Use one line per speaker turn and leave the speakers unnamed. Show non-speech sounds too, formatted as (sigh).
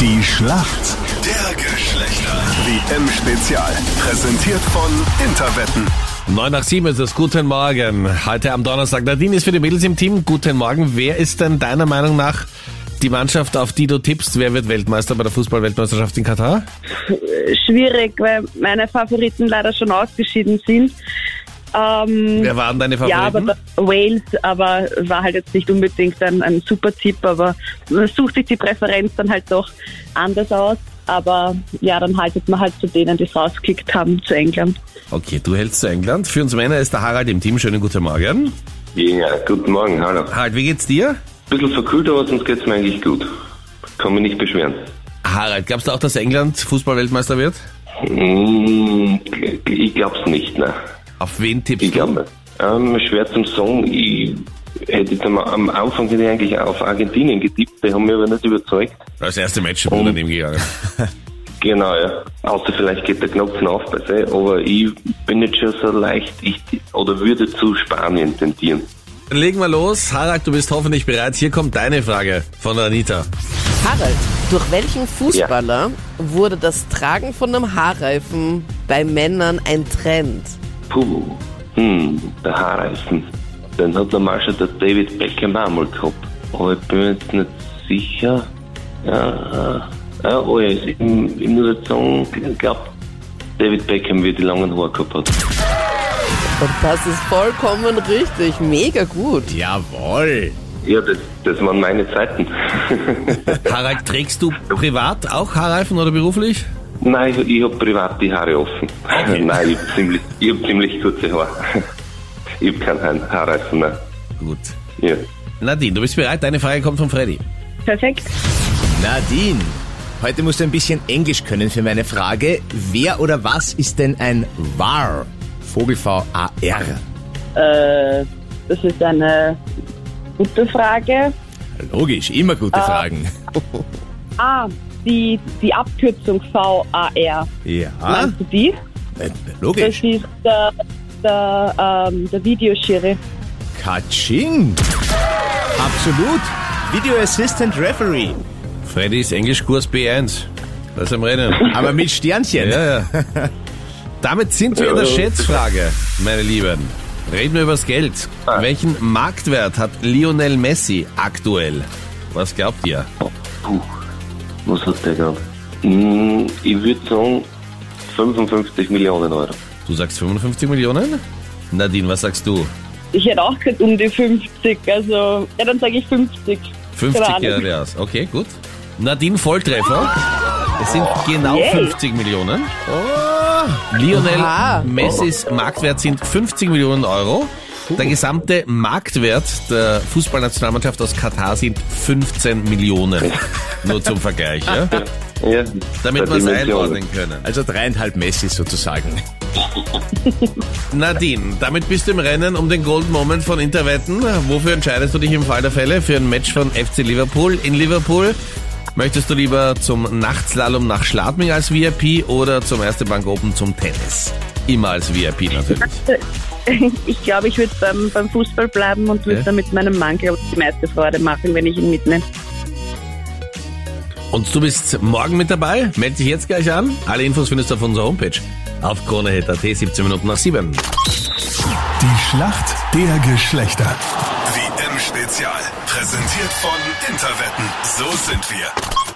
Die Schlacht der Geschlechter. WM-Spezial. Präsentiert von Interwetten.
9 nach 7 ist es. Guten Morgen. Heute am Donnerstag. Nadine ist für die Mädels im Team. Guten Morgen. Wer ist denn deiner Meinung nach die Mannschaft, auf die du tippst? Wer wird Weltmeister bei der Fußball-Weltmeisterschaft in Katar?
schwierig, weil meine Favoriten leider schon ausgeschieden sind. Ähm,
Wer waren deine
ja, aber
Favoriten?
das- Wales, aber war halt jetzt nicht unbedingt ein, ein super Tipp, aber man sucht sich die Präferenz dann halt doch anders aus. Aber ja, dann haltet man halt zu denen, die es rausgekickt haben, zu England.
okay, du hältst zu England. Für uns Männer ist der Harald im Team. Schönen guten Morgen.
Ja, guten Morgen, hallo. Ein
Harald, wie geht's dir?
bisschen verkühlt, aber sonst geht's mir eigentlich gut. Kann mich nicht beschweren.
Harald, glaubst du auch, dass England Fußball-Weltmeister wird?
Hm, Ich glaub's nicht, ne?
Auf wen tippst
Ich
du?
glaube nicht. Ähm, schwer zum Song, ich hätte jetzt am, am Anfang hätte ich eigentlich auf Argentinien getippt, die haben mich aber nicht überzeugt.
Das erste Match schon daneben gegangen.
Genau, ja. Außer vielleicht geht der Knopf noch auf bei sich, aber ich bin jetzt schon so leicht, ich, oder würde zu Spanien tendieren.
Dann legen wir los. Harald, du bist hoffentlich bereit. Hier kommt deine Frage von Anita.
Harald, durch welchen Fußballer wurde das Tragen von einem Haarreifen bei Männern ein Trend?
Puh, hm, der Haarreifen. Den hat normal schon der David Beckham auch mal gehabt. Aber ich bin mir jetzt nicht sicher. Ja, äh, ja oh ja, ich, ich muss jetzt sagen, ich glaube, David Beckham wird die langen Haare gehabt hat.
Und das ist vollkommen richtig, mega gut.
Jawohl.
Ja, das, das waren meine Zeiten. (laughs)
Harald, trägst du privat auch Haarreifen oder beruflich?
Nein, ich, ich habe privat die Haare offen.
Okay.
(laughs) Nein, ich habe ziemlich, ich hab ziemlich kurze Haare. Ich habe keinen Haarreifen, nein.
Gut.
Ja.
Nadine, du bist bereit? Deine Frage kommt von Freddy.
Perfekt.
Nadine, heute musst du ein bisschen Englisch können für meine Frage. Wer oder was ist denn ein VAR? Vogel V-A-R.
Äh, das ist eine gute Frage.
Logisch, immer gute Fragen.
Ah, die, die Abkürzung VAR.
Ah.
Ja,
Meinst du die?
äh,
Das
logisch.
ist der, der, ähm, der Videoschiri.
Katsching. Absolut. Video Assistant Referee.
Freddy ist Englischkurs B1. Das ist am Rennen.
Aber mit Sternchen.
Ja, ja. (laughs) Damit sind wir in der Schätzfrage, meine Lieben. Reden wir übers Geld. Welchen Marktwert hat Lionel Messi aktuell? Was glaubt ihr?
Puh, was hat der gehabt? Hm, Ich würde sagen 55 Millionen Euro.
Du sagst 55 Millionen? Nadine, was sagst du?
Ich hätte auch gesagt um die 50, also ja, dann sage ich 50.
50
Keine Ahnung.
Jahre aus. Okay, gut. Nadine Volltreffer. Es sind genau
Yay.
50 Millionen. Oh. Lionel
Oha.
Messis Marktwert sind 50 Millionen Euro. Der gesamte Marktwert der Fußballnationalmannschaft aus Katar sind 15
(laughs)
Millionen. Nur zum Vergleich, ja?
Ja,
damit
der
wir es
Dimension.
einordnen können.
Also dreieinhalb Messi sozusagen.
Nadine, damit bist du im Rennen um den Golden Moment von Interwetten. Wofür entscheidest du dich im Fall der Fälle? Für ein Match von FC Liverpool in Liverpool? Möchtest du lieber zum Nachtslalom nach Schladming als VIP oder zum Erste Bank Open zum Tennis? Immer als VIP natürlich.
(laughs) Ich glaube, ich würde beim, beim Fußball bleiben und würde
Ja.
dann mit meinem Mann, glaube ich, die meiste Freude machen, wenn ich ihn mitnehme.
Und du bist morgen mit dabei? Meld dich jetzt gleich an. Alle Infos findest du auf unserer Homepage. Auf KroneHit.at, 17 Minuten nach 7.
Die Schlacht der Geschlechter. WM-Spezial. Präsentiert von Interwetten. So sind wir.